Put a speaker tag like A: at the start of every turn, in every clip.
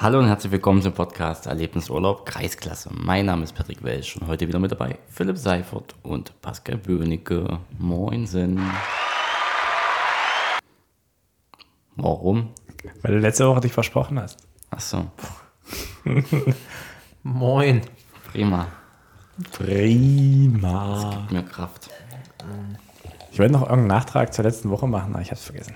A: Hallo und herzlich willkommen zum Podcast Erlebnisurlaub Kreisklasse. Mein Name ist Patrick Welsch und heute wieder mit dabei Philipp Seifert und Pascal Böhnicke. Moinsen. Warum?
B: Weil du letzte Woche dich versprochen hast.
A: Achso,
C: Moin.
A: prima.
B: Prima.
A: Mir Kraft.
B: Ich wollte noch irgendeinen Nachtrag zur letzten Woche machen, aber ich hab's vergessen.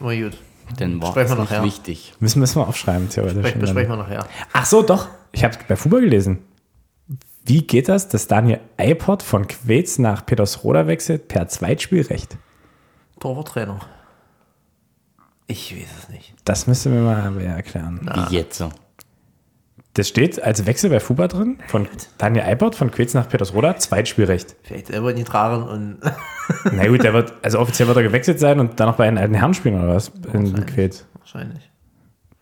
C: Immer gut.
A: Denn war
C: Sprechen
A: es
C: wir
A: nicht
C: nachher.
A: wichtig.
B: Müssen, müssen wir aufschreiben, theoretisch.
C: Vielleicht besprechen wir nachher.
B: Ach so, doch. Ich habe bei Fuber gelesen. Wie geht das, dass Daniel Eipert von Quetz nach Petersroda wechselt per Zweitspielrecht?
C: Torwarttrainer. Ich weiß es nicht.
B: Das müsste mir mal wer erklären.
A: Wie jetzt? so?
B: Das steht als Wechsel bei Fuber drin. Von Daniel Eipert von Quetz nach Petersroda, Zweitspielrecht.
C: Vielleicht selber in die Traren und
B: Na gut, der wird, also offiziell wird er gewechselt sein und dann noch bei den alten Herren spielen oder was? In Quetz.
C: wahrscheinlich.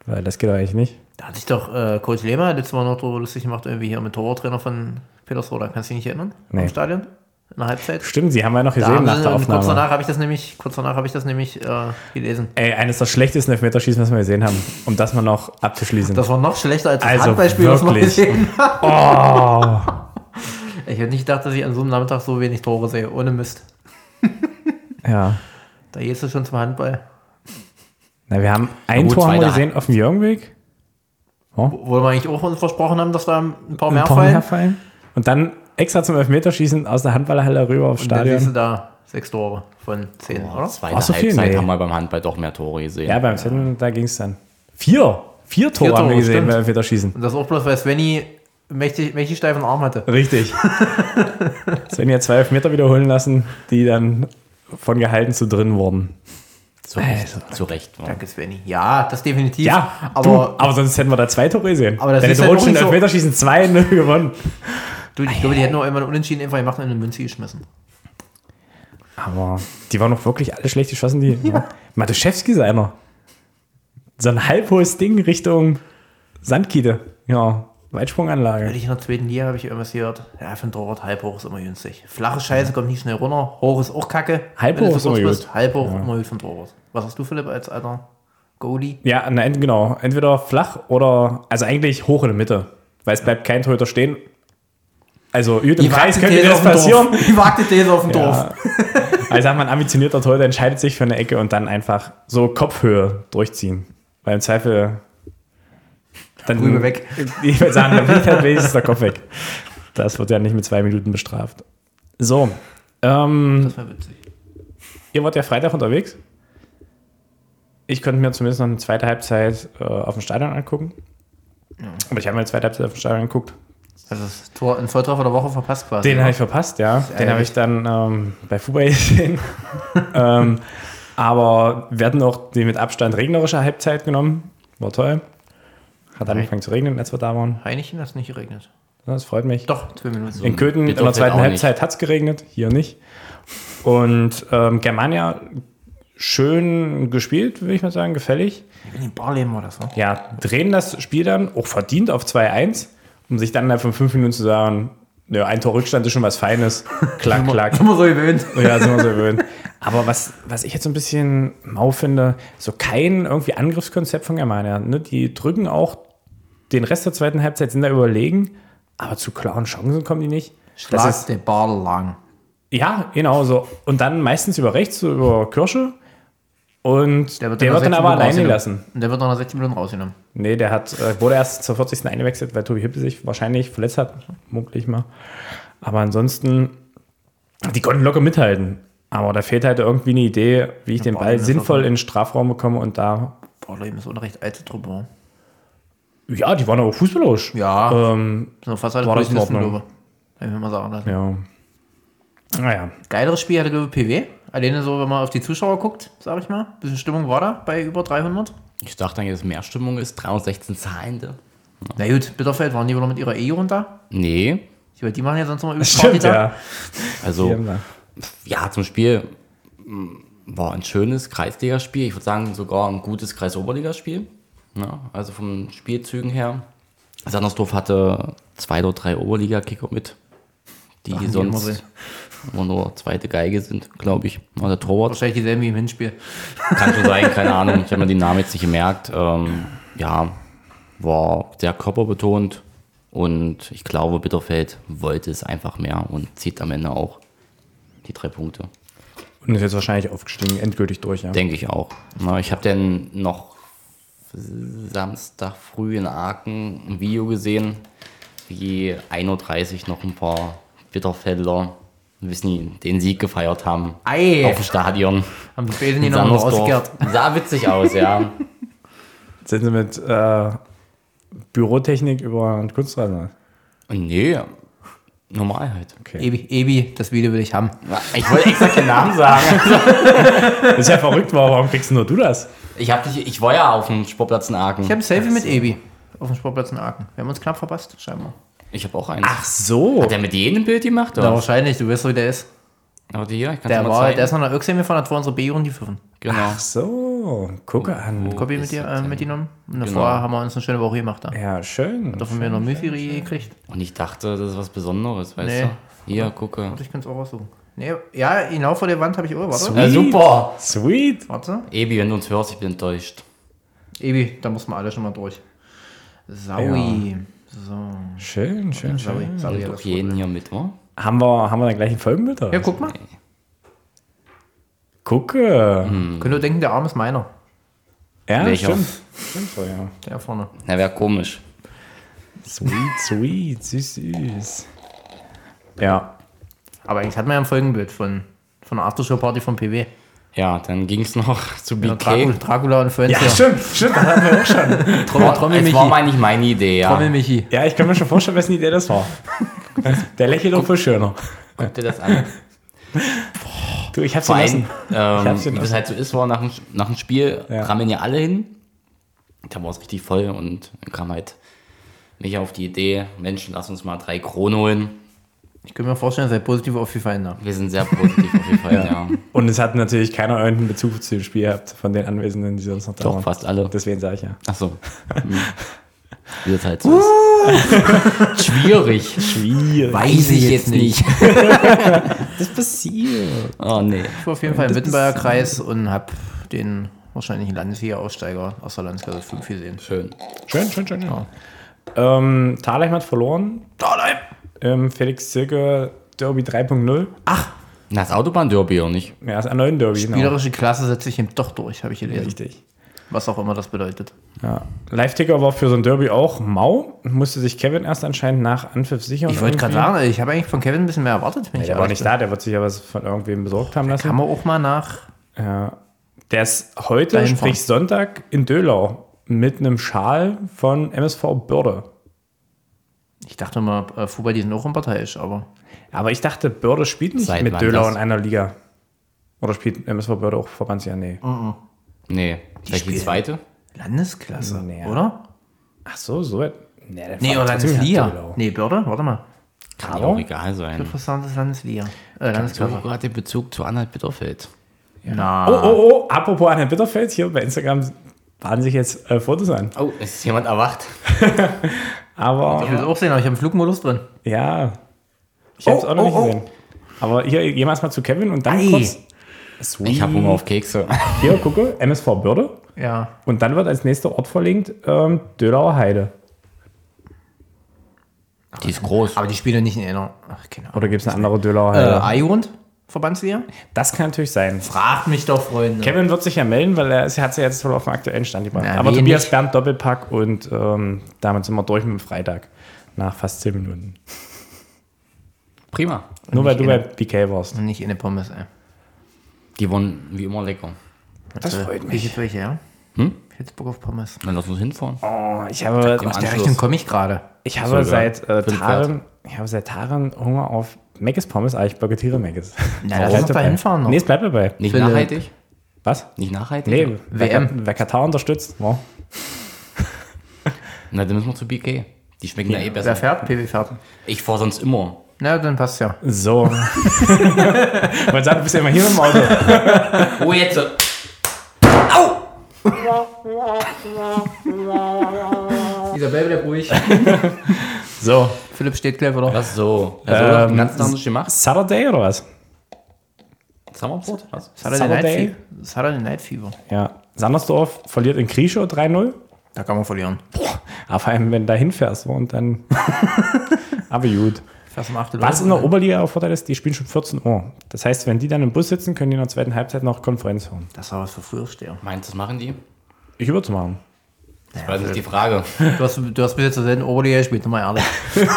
B: Weil das geht doch eigentlich nicht.
C: Da hat sich doch äh, Coach Lehmer letztes Mal noch drüber lustig gemacht, irgendwie hier mit Torwarttrainer von Petersroda. Kannst du dich nicht erinnern?
B: Nee.
C: Im Stadion? In der Halbzeit?
B: Stimmt, sie haben wir noch
C: Da
B: gesehen
C: haben
B: nach
C: sie-
B: der
C: und kurz
B: Aufnahme.
C: danach habe ich das nämlich, kurz danach habe ich das nämlich äh, gelesen.
B: Ey, eines der schlechtesten Elfmeterschießen, was wir gesehen haben, um das mal noch abzuschließen.
C: Das war noch schlechter als das
B: Also
C: Handballspiel, was man
B: wirklich. Oh.
C: gesehen hat. Ich hätte nicht gedacht, dass ich an so einem Nachmittag so wenig Tore sehe, ohne Mist.
B: ja.
C: Da gehst du schon zum Handball.
B: Na, wir haben ein
A: gut,
B: Tor haben wir
A: zweiter-
B: gesehen auf dem Jürgenweg.
C: Wo wir eigentlich auch uns versprochen haben, dass da ein paar mehr
B: Ein Tor
C: fallen.
B: mehr fallen. Und dann extra zum Elfmeterschießen aus der Handballerhalle rüber aufs
C: Und dann siehst du
B: Stadion.
C: da sechs Tore von zehn, oder?
A: Zweite
B: Ach so, viel,
A: Halbzeit
B: nee.
A: haben wir beim Handball doch mehr Tore gesehen.
B: Ja, beim Zettel, da ging es dann. Vier. Vier Tore
C: Vier
B: haben wir
C: Tore,
B: gesehen
C: stimmt.
B: beim Elfmeterschießen.
C: Und das auch bloß, weil Svenny mächtig, mächtig steifen Arm hatte.
B: Richtig. Sven hat zwei Elfmeter wiederholen lassen, die dann von gehalten zu drin wurden.
A: zu Recht. Zu Recht ja.
C: Danke, Svenny. Ja, das definitiv.
B: Ja,
C: aber
B: du, aber sonst hätten wir da zwei Tore gesehen.
C: Aber das
B: dann
C: ist
B: hätte
C: halt
B: Rutschen
C: auch nicht so-
B: Elfmeterschießen 2-0 gewonnen.
C: du, ich glaube, die hätten auch immer einen Unentschieden einfach gemacht und eine Münze geschmissen.
B: Aber die waren doch wirklich alle schlecht geschossen. Die, ja. Matuszewski ist einer. So ein halbhohes Ding Richtung Sandkiete. Ja, Weitsprunganlage.
C: Natürlich in der zweiten Liga habe ich irgendwas gehört. Ja, für ein Torwart halb hoch ist immer günstig. Flache Scheiße kommt nicht schnell runter. Hoch ist auch kacke.
B: Halb
C: Wenn du
B: hoch ist
C: so kurz
B: immer
C: bist,
B: gut.
C: Halb hoch immer gut für ein Torwart. Was hast du, Philipp, als alter Goalie?
B: Ja, na, ent- genau. Entweder flach oder, also eigentlich hoch in der Mitte. Weil es bleibt kein Torhüter stehen. Also, gut, im Kreis
C: wagte
B: könnte
C: These
B: das
C: auf dem
B: passieren.
C: Dorf. Die wagte These auf dem Dorf.
B: Ja. Also, sag mal, ein ambitionierter Torhüter entscheidet sich für eine Ecke und dann einfach so Kopfhöhe durchziehen. Weil im Zweifel. Dann
C: Rübe weg.
B: Ich würde sagen, dann fliegt halt wenigstens der Kopf weg. Das wird ja nicht mit zwei Minuten bestraft. So. Ähm,
C: Das war witzig.
B: ihr wart ja Freitag unterwegs. Ich konnte mir zumindest noch eine zweite Halbzeit äh, auf dem Stadion angucken. Aber ich habe mir eine zweite Halbzeit auf dem Stadion angeguckt.
C: Also das Tor, ein Volltreffer der Woche verpasst quasi.
B: Den habe ich verpasst, ja. Den habe ich dann ähm, bei Fußball gesehen. ähm, aber wir hatten auch die mit Abstand regnerische Halbzeit genommen. War toll. Hat angefangen zu regnen, als wir da waren.
C: Heinichen hat es nicht geregnet.
B: Das freut mich.
C: Doch, zwei Minuten.
B: In Köthen in der
A: Bitterfeld
B: zweiten
A: auch
B: Halbzeit hat es geregnet, hier nicht. Und ähm, Germania schön gespielt, würde ich mal sagen, gefällig.
C: In den Barleben war das, ne?
B: Ja, drehen das Spiel dann auch verdient auf 2-1, um sich dann innerhalb von fünf Minuten zu sagen, ja, ein Tor Rückstand ist schon was Feines. Klack, klack.
C: Immer so gewöhnt.
B: Ja, sind wir so gewöhnt. Aber was, was ich jetzt so ein bisschen mau finde, so kein irgendwie Angriffskonzept von Germania. Ne? Die drücken auch den Rest der zweiten Halbzeit, sind da überlegen, aber zu klaren Chancen kommen die nicht. Das ist,
C: den Ball lang.
B: ja, genau so. Und dann meistens über rechts, so über Kirsche. Und der wird,
C: nach
B: dann aber
C: 60 Minuten
B: allein
C: rausgenommen.
B: gelassen.
C: Und der wird dann nach 60 Minuten rausgenommen.
B: Nee, der hat, äh, wurde erst zur 40. eingewechselt, weil Tobi Hippe sich wahrscheinlich verletzt hat, munklich mal. Aber ansonsten, die konnten locker mithalten. Aber da fehlt halt irgendwie eine Idee, wie ich den Ball
C: Bayern ist
B: sinnvoll
C: offen.
B: in den Strafraum bekomme und da.
C: Barleben ist unrecht alte Truppe.
B: Ja, die waren aber fußballerisch.
C: Ja.
B: Ähm,
C: So fast alle
B: war das in
C: Polizisten,
B: Ordnung?
C: glaube ich. Kann ich mir mal sagen lassen.
B: ja. Ah Naja.
C: Geileres Spiel hatte, glaube ich, PW. Alleine so, wenn man auf die Zuschauer guckt, sage ich mal. Bisschen Stimmung war da bei über 300.
A: Ich dachte eigentlich, dass mehr Stimmung ist. ne? 316 Zahlende.
C: Na gut, Bitterfeld waren die wieder mit ihrer E runter.
A: Nee.
C: Die, die machen ja sonst immer über
B: Stimmt, ja.
A: Also,
B: Ja.
A: ja, zum Spiel m, war ein schönes Kreisligaspiel. Ich würde sagen, sogar ein gutes Kreisoberligaspiel. Ja, also vom Spielzügen her. Sandersdorf hatte zwei oder drei Oberliga-Kicker mit, die
C: Machen die
A: sonst
C: immer
A: immer,
C: so.
A: nur zweite Geige sind, glaube ich. War der Torwart.
C: Wahrscheinlich dieselben wie im Hinspiel.
A: Kann schon sein, keine Ahnung. Ich habe mir den Namen jetzt nicht gemerkt. Ähm, ja, war sehr körperbetont und ich glaube, Bitterfeld wollte es einfach mehr und zieht am Ende auch die drei Punkte.
B: Und ist jetzt wahrscheinlich aufgestiegen, endgültig durch, ja.
A: Denke ich auch. Na, ich habe dann noch Samstag früh in Aachen ein Video gesehen, wie 1.30 Uhr noch ein paar Bitterfelder, wissen die, den Sieg gefeiert haben.
C: Ei.
A: Auf dem Stadion.
C: Haben die Besen die
A: In
C: Ah, Genau, noch mal
A: Sandersdorf.
C: rausgekehrt.
A: Sah witzig aus, ja.
B: Sind sie mit äh, Bürotechnik über Kunstrasen?
A: Nee, normal halt.
C: Ebi, Ebi, das Video will ich haben.
A: Ich wollte extra keinen Namen sagen.
B: Ist ja verrückt, warum kriegst nur du das?
A: Ich, hab dich, ich war ja auf dem Sportplatz in Aachen.
C: Ich habe ein Selfie mit Ebi auf dem Sportplatz in Aachen. Wir haben uns knapp verpasst, scheinbar.
A: Ich habe auch eins.
B: Ach so.
A: Hat er mit jedem ein Bild gemacht? Oder? was?
C: wahrscheinlich, du weißt, wie der ist.
A: Aber die hier, ich kann
C: Der
A: mal
C: war,
A: zeigen.
C: der ist noch in der Öxie von das war unsere B-Jugend, die Pfiffen.
A: genau.
B: Ach so, gucke an.
A: Wo
C: Copy
A: ist
C: mit dir,
A: das
C: äh,
A: denn?
C: mitgenommen. Und davor
A: Genau.
C: haben wir uns eine schöne Woche gemacht. Da Hat
B: Ja, schön.
C: er von mir noch Müfiri gekriegt.
A: Und ich dachte, das ist was Besonderes, weißt
C: Nee.
A: du? Hier, gucke.
C: Warte, ich kann es auch raussuchen. Nee, ja, genau vor der Wand habe ich auch. Warte.
B: So.
A: Ja, super!
B: Sweet.
C: Warte.
A: Ebi, wenn du uns hörst, ich bin enttäuscht.
C: Ebi, da muss man alle schon mal durch. Saui. So.
B: Schön, schön, schön.
C: Saui. Saui.
A: Und
C: hat
A: auch
C: das
A: jeden hier mit, wa?
B: Haben wir, haben wir dann gleich einen Folgenbild?
C: Ja, guck mal.
B: Gucke.
A: Hm.
C: Könnt ihr denken, der Arm ist meiner.
B: Ja,
A: Welcher?
B: stimmt. Stimmt so, ja.
C: Der vorne.
A: Na, wäre komisch.
B: Sweet, sweet, süß, süß. Ja.
C: Aber eigentlich hat man ja ein Folgenbild von, von der Aftershow-Party von PW.
A: Ja, dann ging es noch zu
C: Ja,
A: BK.
C: Dracula, Dracula und Friends.
B: stimmt, stimmt. das hatten wir auch schon.
C: Trommel, Trommel,
A: Es
C: Michi.
A: war mal nicht meine Idee, ja.
C: Trommel, Michi.
B: Ja, ich kann mir schon vorstellen, wessen Idee das war. Der lächelt doch viel schöner.
A: Guck dir das an.
B: Du, ich hab's
A: Vor
B: vergessen.
A: allem, ähm,
B: hab's
A: wie
B: genossen.
A: das halt so ist, war nach dem, nach dem Spiel
B: Ja.
A: kamen ja alle hin. Da war es richtig voll und dann kam halt mich auf die Idee, Mensch, lass uns mal drei Kronen holen.
C: Ich kann mir vorstellen, ihr seid positiv aufgefallen da.
A: Wir sind sehr positiv auf jeden Fall, ja.
B: Und es hat natürlich keiner irgendeinen Bezug zu dem Spiel gehabt, von den Anwesenden, die sonst noch da
A: Doch,
B: waren.
A: fast alle.
B: Deswegen sage ich ja.
A: Achso. Wie das Hm. halt so ist. Schwierig.
B: Schwierig.
A: Weiß ich jetzt nicht.
B: Das passiert.
A: Oh nee.
C: Ich war auf jeden Fall im Wittenberger Kreis und habe den wahrscheinlichen Landesliga-Aussteiger aus der Landesklasse 5 gesehen.
A: Schön.
B: Schön, schön, schön. Ja. Ähm, Thalheim hat verloren.
C: Dahlheim!
B: Ähm, Felix Zirke, Derby 3.0.
A: Na, das Autobahn-Derby auch nicht.
B: Ja, ist ein neues Derby. Genau.
C: Spielerische Klasse setzt sich eben doch durch, habe ich gelesen.
B: Richtig.
C: Was auch immer das bedeutet.
B: Ja. Live-Ticker war für so ein Derby auch mau. Musste sich Kevin erst anscheinend nach Anpfiff sichern.
C: Ich wollte gerade
B: irgendwie.
C: sagen, also ich habe eigentlich von Kevin ein bisschen mehr erwartet. Wenn ich
B: Der war
C: ehrlich
B: nicht da, der wird sich ja was von irgendwem besorgt haben
C: bin. Kann
B: lassen.
C: man auch mal nach.
B: Ja. Der ist heute,
C: Dahin
B: sprich
C: fahren.
B: Sonntag, in Dölau mit einem Schal von MSV Börde.
C: Ich dachte mal, äh, Fußball, die sind auch unparteiisch, aber
B: Aber ich dachte, Börde spielt nicht
A: Seit
B: mit
A: wann
B: Dölau
A: das?
B: in einer Liga. Oder spielt MSV Börde auch Verbandsjahr? Nee.
C: Oh.
A: Nee. Vielleicht die
C: spielen.
A: zweite?
C: Landesklasse,
B: Nee.
C: oder?
B: Ach so, so weit. Nee, dann
C: Nee,
B: fahren
C: oder
B: trotzdem nach
C: Landesliga.
B: Dölau.
C: Nee, Börde, warte mal.
A: Kann ja auch egal sein.
C: Interessantes Landesliga. Äh,
A: So
C: Landesklasse.
A: gerade den Bezug zu Anhalt Bitterfeld.
C: Na.
B: Oh, oh, oh, apropos Anhalt Bitterfeld, hier bei Instagram bahnen sich jetzt äh, Fotos an.
A: Oh, ist jemand erwacht?
B: Aber
C: Ich will es auch sehen, aber ich habe einen Flugmodus drin.
B: ja, ich habe es
C: Oh,
B: auch noch
C: oh,
B: nicht
C: oh.
B: gesehen. Aber hier gehen wir erstmal zu Kevin und dann
C: Ei.
B: kurz. Sweet.
A: Ich habe Hunger auf Kekse.
B: Hier, gucke, MSV Börde.
C: Ja.
B: Und dann wird als nächster Ort verlinkt ähm, Dölauer Heide.
A: Die ist groß.
C: Aber die spielen nicht in einer. Ach, keine Ahnung.
B: Oder gibt es eine andere Dölauer
C: Äh,
B: Heide?
C: A-Jugend, Verbandsliga?
B: das kann natürlich sein.
C: Fragt mich doch, Freunde.
B: Kevin wird sich ja melden, weil er ist- hat sich jetzt wohl auf den aktuellen Stand gebracht.
C: Na,
B: Aber
C: wenig.
B: Tobias Bernd Doppelpack und ähm, damit sind wir durch mit dem Freitag. Nach fast 10 Minuten.
A: Prima.
B: Nur weil
C: nicht
B: du bei BK warst.
C: Also Nicht in der Pommes, ey.
A: Die waren wie immer lecker.
B: Das freut
C: Ich jetzt Also, welche, ja? Hm? Ich hätte Bock auf Pommes.
A: Dann lass uns hinfahren.
B: Oh, ich habe,
A: Im
C: Aus der
A: Anschluss.
C: Richtung komme ich gerade.
B: ich habe
A: Ist ja
B: seit äh,
A: egal. Fünf
B: Tagen, ich habe seit Tagen Hunger auf Meggis Pommes, aber ich boykottiere Meggis.
C: Na, lass uns da hinfahren noch.
B: Nee, es bleibt dabei.
A: Nicht
C: Philipp.
A: nachhaltig?
B: Was?
A: Nicht nachhaltig?
B: Nee, Wer,
C: WM.
B: wer Katar unterstützt, no.
A: Na, dann müssen wir zu BK. Die schmecken ja eh
C: Wer
A: besser.
C: fährt? PW fährt.
A: Ich fahr sonst immer.
C: Na, dann passt ja.
B: So. Man sagt, du bist ja immer hier im Auto.
A: Oh, jetzt. so.
C: Isabel bleibt ruhig.
B: So.
C: Philipp steht gleich, oder?
A: Was so? Also, ähm, den ganzen Tag nicht gemacht?
B: Saturday oder was?
A: Summerport? Was?
C: Saturday Night
B: Saturday?
C: Fever. Saturday Night Fever.
B: Ja. Sandersdorf verliert in Krieschow 3-0.
C: Da kann man verlieren.
B: Aber vor allem, wenn du da hinfährst so, und dann. Aber gut.
C: Fährst um 8
B: Was in der Oberliga auch Vorteil ist, die spielen schon 14 Uhr. Das heißt, wenn die dann im Bus sitzen, können die in der zweiten Halbzeit noch Konferenz hören.
C: Das war was für Frühsteher.
A: Meinst du, das machen die?
B: Ich überzumachen.
A: Das war jetzt die Frage.
C: Du hast, du hast bis jetzt selten Oberliga gespielt, nochmal ehrlich.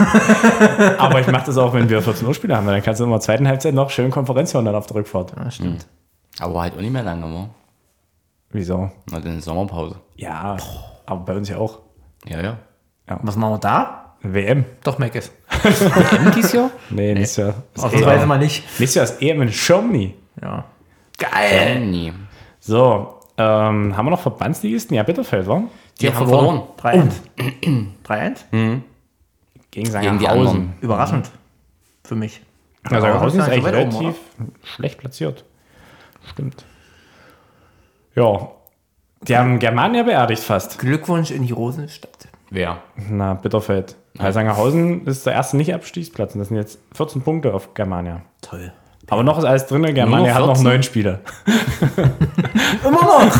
B: Aber ich mache das auch, wenn wir 14 Uhr Spiele haben. Dann kannst du in der zweiten Halbzeit noch schön Konferenz hören dann auf der Rückfahrt.
C: Ja, stimmt.
A: Aber halt auch nicht mehr lange, wa?
B: Wieso?
A: Na, dann ist Sommerpause.
B: Ja, aber bei uns ja auch.
A: Ja, ja.
C: Was machen wir da?
B: WM.
C: Doch, Meckes.
A: Dies Jahr?
B: Nee, nächstes Jahr. Ist E
C: Ausnahmsweise mal nicht.
B: Nächstes Jahr ist EM in Germany.
C: Ja.
A: Äh, nee.
B: So, ähm, haben wir noch Verbandsligisten? Ja, Bitterfeld, wa?
A: Die haben verloren.
C: 3-1. 3-1?
B: Gegen
A: Gegen die
B: Sangerhausen.
A: anderen.
C: Überraschend. Für mich.
B: Ja, Sangerhausen ist
C: Ja,
B: eigentlich
C: so weit oben,
B: relativ schlecht platziert. Stimmt. Ja. Die haben Germania beerdigt fast.
C: Glückwunsch in die Rosenstadt.
A: Wer?
B: Na, Bitterfeld. Weil Sangerhausen ist der erste Nicht-Abstiegsplatz und das sind jetzt 14 Punkte auf Germania.
C: Toll.
B: Aber noch ist alles drin, Germania
A: Nur
B: hat noch
A: 14?
B: neun Spiele.
C: Immer noch!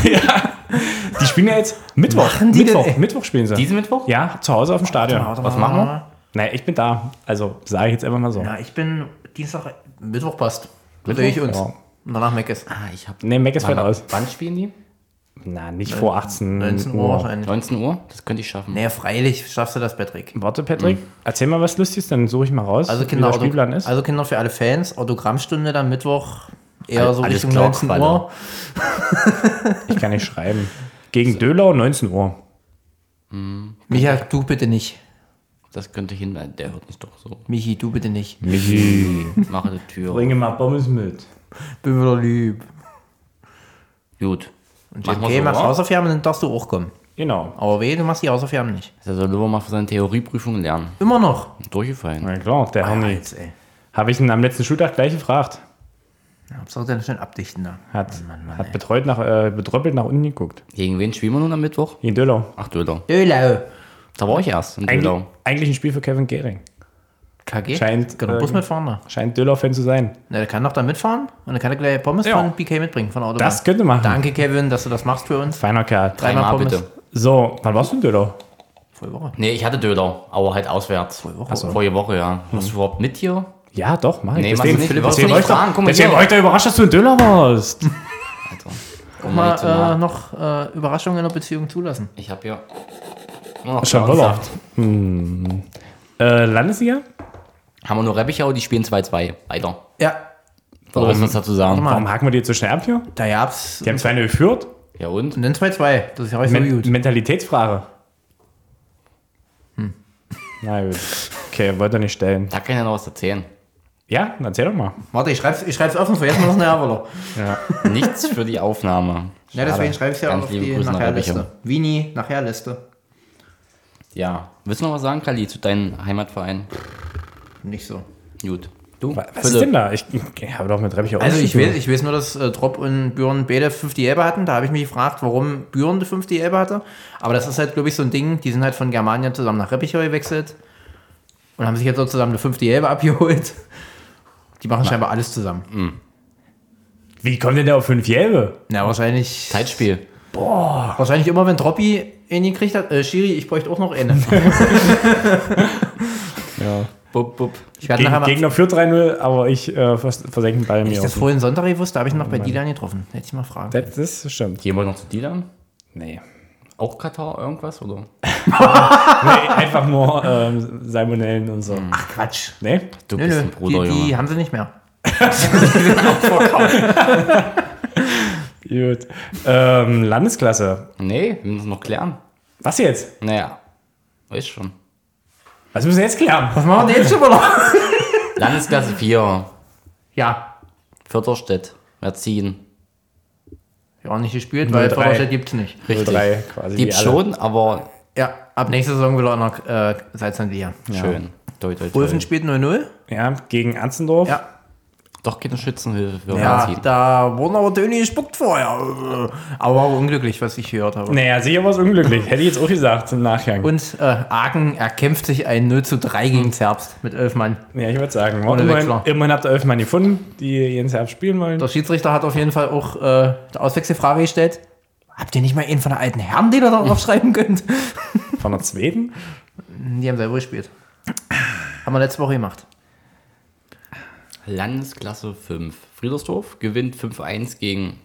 B: Die spielen ja jetzt Mittwoch.
C: Machen die denn,
B: Mittwoch,
C: ey?
B: Mittwoch spielen sie.
A: Diesen Mittwoch?
B: Ja, zu Hause auf dem Stadion.
A: Was machen wir?
B: Naja, ich bin da. Also sage ich jetzt einfach mal so.
C: Ja, ich bin Dienstag, Mittwoch passt. Sehe ich uns.
B: Ja.
C: Und danach Meckes.
A: Ah, ich hab.
B: Nee, Mac ist fällt aus.
A: Wann spielen die?
B: Na, nicht vor 18
C: 19
A: oh.
C: Uhr
B: Uhr.
C: wahrscheinlich.
A: 19 Uhr? Das könnte ich schaffen.
C: Naja, freilich schaffst du das, Patrick.
B: Warte, Patrick, erzähl mal was Lustiges, dann suche ich mal raus,
C: Mhm. Also
B: wie
C: Kinder,
B: der Spielplan ist.
C: also Kinder für alle Fans, Autogrammstunde dann Mittwoch, eher so
A: alles
C: Richtung
A: klar,
C: 19
A: Qualle.
C: Uhr.
B: ich kann nicht schreiben. Gegen Dölau, 19 Uhr.
C: Micha, du bitte nicht.
A: Das könnte hin. Der hört uns doch so.
C: Michi, du bitte nicht.
B: Michi.
A: Mache die Tür.
B: Bringe mal Pommes mit.
C: Bin wieder lieb.
A: Gut.
C: Und
A: Machen wir
C: JP
A: so,
C: macht
A: wa?
C: Hausaufgaben, dann darfst du auch kommen.
B: Genau.
C: Aber weh, du machst die Hausaufgaben nicht.
A: Also, Der soll nur mal für seine Theorieprüfungen lernen.
C: Immer noch.
A: Durchgefallen.
B: Na klar,
C: Ah,
B: der Henry.
C: Jetzt, ey.
B: Habe ich ihn am letzten Schultag gleich gefragt.
C: Hauptsache dann schnell abdichten da.
B: Hat,
C: Mann, Mann,
B: hat betreut nach, äh, betröppelt nach unten geguckt.
A: Gegen wen spielen wir nun am Mittwoch?
B: Gegen Dölau.
A: Ach, Dödau.
C: Ölau.
A: Da war ich erst in
B: Eigentlich,
A: Dödau.
B: eigentlich ein Spiel für Kevin Gehring.
C: KG?
B: Scheint,
C: Kann der Bus
B: ähm,
C: mitfahren da?
B: Scheint Dölau-Fan zu sein.
C: Na, der kann doch da mitfahren und dann kann er gleich Pommes
B: Ja.
C: von BK mitbringen von der Autobahn.
B: Das könnte machen.
C: Danke, Kevin, dass du das machst für uns.
B: Feiner Kerl.
C: Dreimal
A: Dreimal
C: Pommes.
A: bitte.
B: So, wann warst du in Dölau?
C: Voll Woche.
A: Nee, ich hatte Dödau, aber halt auswärts. Vorige Woche. Vorige Woche, ja. Warst du überhaupt mit hier?
B: Ja, doch, mach ich.
A: Nee,
B: deswegen
A: machst du nicht.
B: deswegen
A: Brauchst du nicht
B: war ich
A: fragen. Guck
B: doch-
A: mal
B: deswegen
A: hier.
B: war ich doch überrascht, dass du in Döller warst.
A: Alter.
C: Auch
A: Komm mir
C: mal
A: nicht zu nah.
C: äh, noch äh, Überraschungen in der Beziehung zulassen.
A: Ich habe ja immer noch
B: Schon Döller.
A: Zahnsaft.
B: Hm. Äh, Landesliga?
A: Haben wir nur Reppichau, die spielen 2-2 weiter.
C: Ja,
A: Was müssen wir dazu sagen?
C: mal.
B: Warum haken wir die jetzt so schnell ab hier?
C: da gab's.
B: Die haben 2-0 geführt.
A: Ja und?
C: Und dann 2-2. Das ist ja auch so
B: Men
C: gut.
B: Mentalitätsfrage. Na gut. Okay, wollte er nicht stellen.
A: Da kann ja noch was erzählen.
B: Ja, dann erzähl doch mal.
C: Warte, ich schreib's, ich schreib's offen, vergessen wir noch eine Herwaller.
A: Nichts für die Aufnahme.
C: Ja, deswegen schreibe ich ja
A: Ganz
C: auf
A: liebe
C: die
A: Grüße nach
C: Nachherliste. Vini, Nachherliste.
A: Ja. Willst du noch was sagen, Kali, zu deinem Heimatverein?
C: Nicht so.
A: Gut. Du?
B: Was
A: Philipp.
B: ist denn da? Ich, ich habe doch mit Reppich auch
C: Also
B: nichts
C: ich
B: zu tun.
C: weiß, ich weiß nur, dass äh, Drop und Büren beide 50 Elbe hatten. Da habe ich mich gefragt, warum Büren die 50 Elbe hatte. Aber das ist halt, glaube ich, so ein Ding. Die sind halt von Germania zusammen nach Reppichau gewechselt und haben sich jetzt so zusammen eine 50 Elbe abgeholt. Die machen scheinbar alles zusammen.
B: Wie kommt denn der auf 5 Jäbe?
C: Na, wahrscheinlich,
A: Zeitspiel.
C: wahrscheinlich immer, wenn Droppi einen gekriegt hat. Äh, Schiri, ich bräuchte auch noch eine.
B: Ja.
A: Bub, bub.
C: Ich werde nachher
B: Gegen,
C: mal...
B: Gegner führt 3-0, aber ich äh, vers- versenke den Ball
C: Hätte
B: mir.
C: ich das
B: auf-
C: vorhin Sonntag gewusst, da habe ich ihn noch bei Dilan getroffen. Hätte ich mal fragen.
B: Das, das stimmt.
A: Gehen wir noch zu dir dann?
B: Nee.
A: Auch Katar irgendwas, oder?
B: nee einfach nur ähm, Salmonellen und so.
C: Ach, Quatsch.
B: Nee?
A: Du
C: Nö,
A: bist
C: nö,
A: ein Bruder,
C: die,
A: Junge.
C: die haben sie nicht mehr.
B: Gut. Ähm, Landesklasse.
A: Nee, wir müssen noch klären.
B: Was jetzt?
A: Naja, weiß schon.
B: Was müssen wir jetzt klären?
C: Was machen wir denn jetzt schon mal noch?
A: Landesklasse 4,
C: Ja,
A: Vierterstedt, Merzin.
C: Ja, nicht gespielt, weil
B: 03.
C: Vorderstadt gibt es nicht.
A: Richtig.
B: 03 quasi.
A: Gibt's
B: wie alle.
A: schon, aber
C: Ja, ab nächster Saison will er noch äh, Salzlandliga.
A: schön. Toi, toi, toi.
C: Ulfen spielt 0-0.
B: Ja, gegen Anzendorf.
C: Ja.
A: Doch keine Schützenhilfe für
C: Ja,
A: Merzin.
C: da wurden aber Töne gespuckt vorher. Aber war unglücklich, was ich gehört habe.
B: Naja, sicher war es unglücklich. Hätte ich jetzt auch gesagt im Nachgang.
C: Und äh, Aachen erkämpft sich ein 0 zu 3 gegen Zerbst mit elf Mann.
B: ja, ich würde sagen,
C: Ohne
B: immerhin,
C: Wechsler.
B: immerhin habt ihr elf Mann gefunden, die jeden Herbst spielen wollen.
C: Der Schiedsrichter hat auf jeden Fall auch äh, die Auswechselfrage gestellt. Habt ihr nicht mal einen von der alten Herren, den ihr da drauf schreiben könnt?
B: Von der Schweden?
C: Die haben selber gespielt. Haben wir letzte Woche gemacht.
A: Landesklasse 5. Friedersdorf gewinnt 5-1 gegen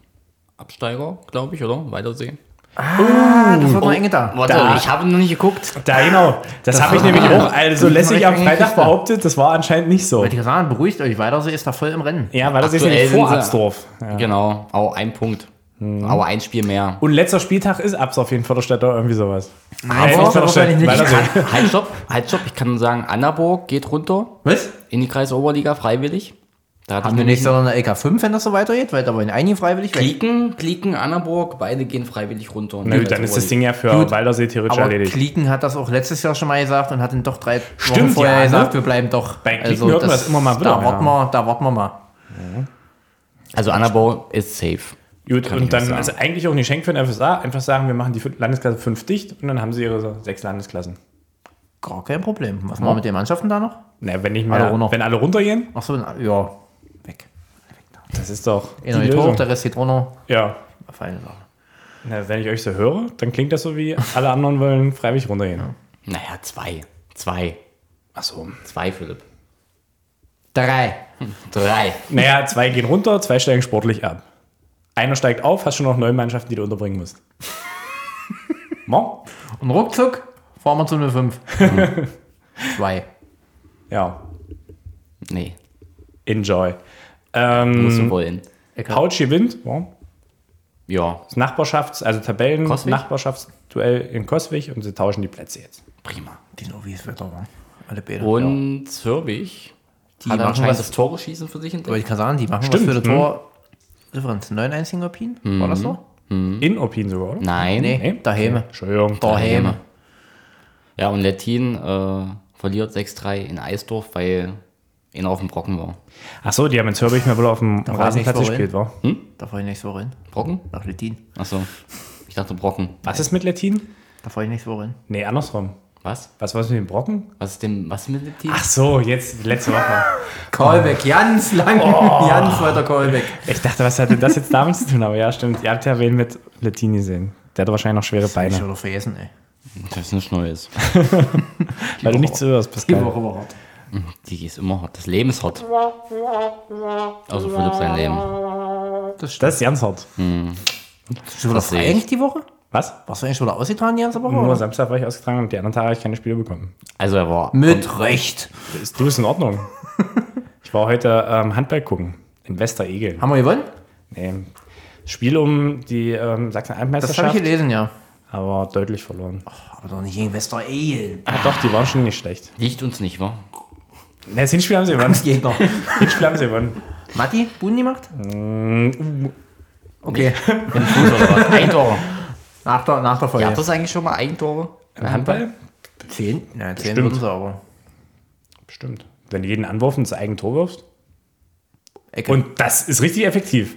A: Absteiger, glaube ich, oder? Weitersee.
C: Ah, das wird noch eng da.
A: Warte,
B: Da-
A: ich habe noch nicht geguckt.
B: Da genau. Das habe ich nämlich auch also
C: Das
B: lässig
C: war
B: am
C: echt
B: Freitag
C: Kiste.
B: behauptet. Das war anscheinend nicht so.
C: Wollte ich sagen, beruhigt euch, Weidersee ist da voll im Rennen.
B: Ja, weil das ist nämlich
A: Aktuell sind sie-
B: vor Absdorf. Ja. Mhm.
A: Genau, auch ein Punkt. Aber ein Spiel mehr.
B: Und letzter Spieltag ist Abs auf jeden Förderstädter irgendwie sowas.
C: Nein,
B: Äh, nicht
C: wahrscheinlich
B: Förderstädt,
C: nicht.
B: Weilersee.
A: halt, stopp, halt, stopp. Ich kann nur sagen, Annaburg geht runter
C: Was?
A: in die Kreisoberliga freiwillig. Da hat
C: Haben wir
A: nämlich
C: nächste Runde LK5, wenn das so weitergeht? Weil da wollen einige freiwillig weg.
A: Klicken, Klicken, Annaburg, beide gehen freiwillig runter. in die
B: Nö, dann ist das
A: Kreisoberliga.
B: Ding ja für
C: Gut.
B: Waldersee theoretisch
C: Aber
B: erledigt.
C: Kliken hat das auch letztes Jahr schon mal gesagt und hat dann doch drei Wochen
B: Stimmt,
C: vorher
B: ja, ne?
C: gesagt, wir bleiben doch. also
B: Bei Kliken hört man das immer mal wieder,
C: Da warten, wir, da warten wir mal.
A: Also Annaburg ist safe. Kann
B: Gut,
A: ich
B: und
A: nicht
B: dann
A: sagen.
B: ist eigentlich auch ein Geschenk für den FSA. Einfach sagen, wir machen die fün- Landesklasse 5 dicht und dann haben sie ihre sechs Landesklassen.
C: Gar kein Problem. Was machen wir mit den Mannschaften da noch?
B: Na, wenn nicht mehr,
C: Alle runter.
B: wenn alle runtergehen,
C: Achso, ja, weg.
B: das ist doch die
C: Einer geht Eh hoch,
B: Lösung.
C: der Rest geht runter.
B: Ja.
C: Feine Sache.
B: Na, wenn ich euch so höre, dann klingt das so wie alle anderen wollen freiwillig runtergehen.
A: Naja, zwei. Zwei.
B: Achso.
A: Zwei, Philipp.
C: Drei.
A: Drei.
B: Naja, zwei gehen runter, zwei steigen sportlich ab. Einer steigt auf, hast schon noch neun Mannschaften, die du unterbringen musst. Mo?
C: Und ruckzuck fahren wir zu 05. Zwei.
B: Ja.
A: Nee,
B: Enjoy.
A: musst
B: Ähm,
A: du wollen.
B: Couch gewinnt. Ja.
A: Ja,
B: Das Nachbarschafts-, also Tabellen,
A: Coswig?
B: Nachbarschaftsduell in Koswig und sie tauschen die Plätze jetzt.
A: prima.
C: Die Novis wird doch Alle Bäder. ja.
A: Und Zürbich
C: Die
A: hat
C: machen
A: anscheinend
C: was-
A: das Tore schießen für sich
C: Wollte
A: entdeckt.
C: ich gerade sagen, die machen
B: Stimmt,
C: was für das
B: hm.
C: Tor. Differenz. 9-1 gegen Alpin? War das so?
B: In Opin sogar, oder?
A: Nein.
C: Nee, daheim.
B: Entschuldigung.
C: Daheim.
A: Ja, und Lettin äh, verliert 6-3 in Eisdorf, weil ihn auf dem Brocken war.
B: Achso, die haben in Zürich mal wohl auf dem
C: war
B: Rasenplatz
C: nichts
B: gespielt, war.
C: Da fahre ich nächste Woche hin.
A: Brocken?
C: Nach Littin.
A: Achso. Ich dachte Brocken.
B: Was ist mit Lettin?
C: Da fahre ich nächste Woche hin.
B: Nee, andersrum.
A: Was?
B: Was war es mit den Brocken?
A: Was ist denn, was ist mit Lettin?
B: Ach so, jetzt letzte Woche.
C: Callback,
B: Oh.
C: ganz lang. Ganz weiter Callback.
B: Ich dachte, was hat denn das jetzt damit zu tun? Aber ja, stimmt. Ihr habt ja wen mit Lettin gesehen. Der hatte wahrscheinlich noch schwere
C: Ich
B: Beine.
C: würde vergessen, ey.
A: Das ist nichts Neues.
B: Weil du nichts hörst, Pascal.
C: überhaupt.
A: Die ist immer hart. Das Leben ist hart. Also Philipp sein Leben.
C: Das stimmt.
B: Das ist ganz hart.
C: Hm. Bist du wieder
A: das sehe
C: frei
A: ich.
C: eigentlich die Woche?
B: Was?
C: Warst du eigentlich schon wieder ausgetragen die ganze Woche?
B: Nur
C: oder?
B: Samstag war ich ausgetragen und die anderen Tage habe ich keine Spiele bekommen.
A: Also er war.
C: Mit Recht.
B: Ist, du bist in Ordnung. Ich war heute ähm, Handball gucken. In Westeregel.
C: Haben wir gewonnen?
B: Nee. Spiel um die ähm,
C: Das habe ich
B: Sachsen-Alpenmeisterschaft,
C: gelesen, ja.
B: aber deutlich verloren. Ach,
C: Aber doch nicht gegen Wester Eel.
B: doch, die waren schon nicht schlecht.
A: Liegt uns nicht, wa?
B: Ne, das Hinspiel haben sie gewonnen.
C: Gegner.
B: Hinspiel haben sie gewonnen.
C: Matti, Buden gemacht? Okay.
A: Fuß oder was? Ein Tor.
C: Nach der, nach
A: Ihr
C: der
A: habt
C: Folge.
A: das eigentlich schon mal Eigentore?
B: Im Handball?
C: Zehn? Ja, zehn
B: Stimmt.
C: würden sie aber.
B: Bestimmt. Wenn du jeden Anwurf ins eigene Tor wirfst.
A: Genau.
C: Ecke.
B: Und das ist richtig effektiv.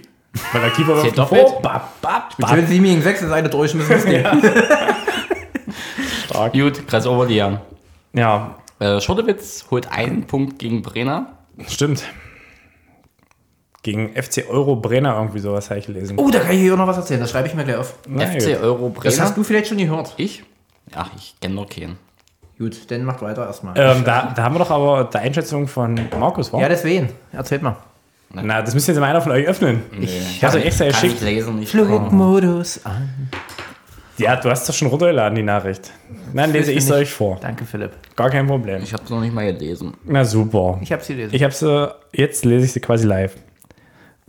B: Weil der Keeper wirft
A: Zählt
B: vor, bap, bap,
C: Schön
B: bap.
C: 7 gegen 6 ist eine durchschmissende ja.
A: Gut, Kreis Oberliga.
B: Ja,
A: Äh, Schottewitz holt einen Punkt gegen Brenner.
B: stimmt. Gegen FC Euro Brenner irgendwie sowas habe ich gelesen.
C: Oh, da kann ich hier noch was erzählen. Das schreibe ich mir gleich auf.
B: Na gut.
A: FC Euro
C: Das
A: Brenner.
C: hast du vielleicht schon gehört.
A: Ich? Ach, ich kenne noch keinen.
C: Gut, dann macht weiter erstmal.
B: Ähm, da, da haben wir doch aber die Einschätzung von Markus, war?
C: Ja, deswegen. Erzählt mal.
B: Na, das müsste jetzt mal einer von euch öffnen. Also Ich eh- habe euch extra
A: Kann
B: geschickt.
A: ich lesen, nicht.
C: Flugmodus Ah, an.
B: Ja, du hast doch schon runtergeladen, die Nachricht. Dann lese ich es
C: nicht.
B: euch vor.
C: Danke, Philipp.
B: Gar kein Problem.
A: Ich habe es noch nicht mal gelesen.
B: Na super.
C: Ich habe sie gelesen.
B: Ich habe sie, jetzt lese ich sie quasi live.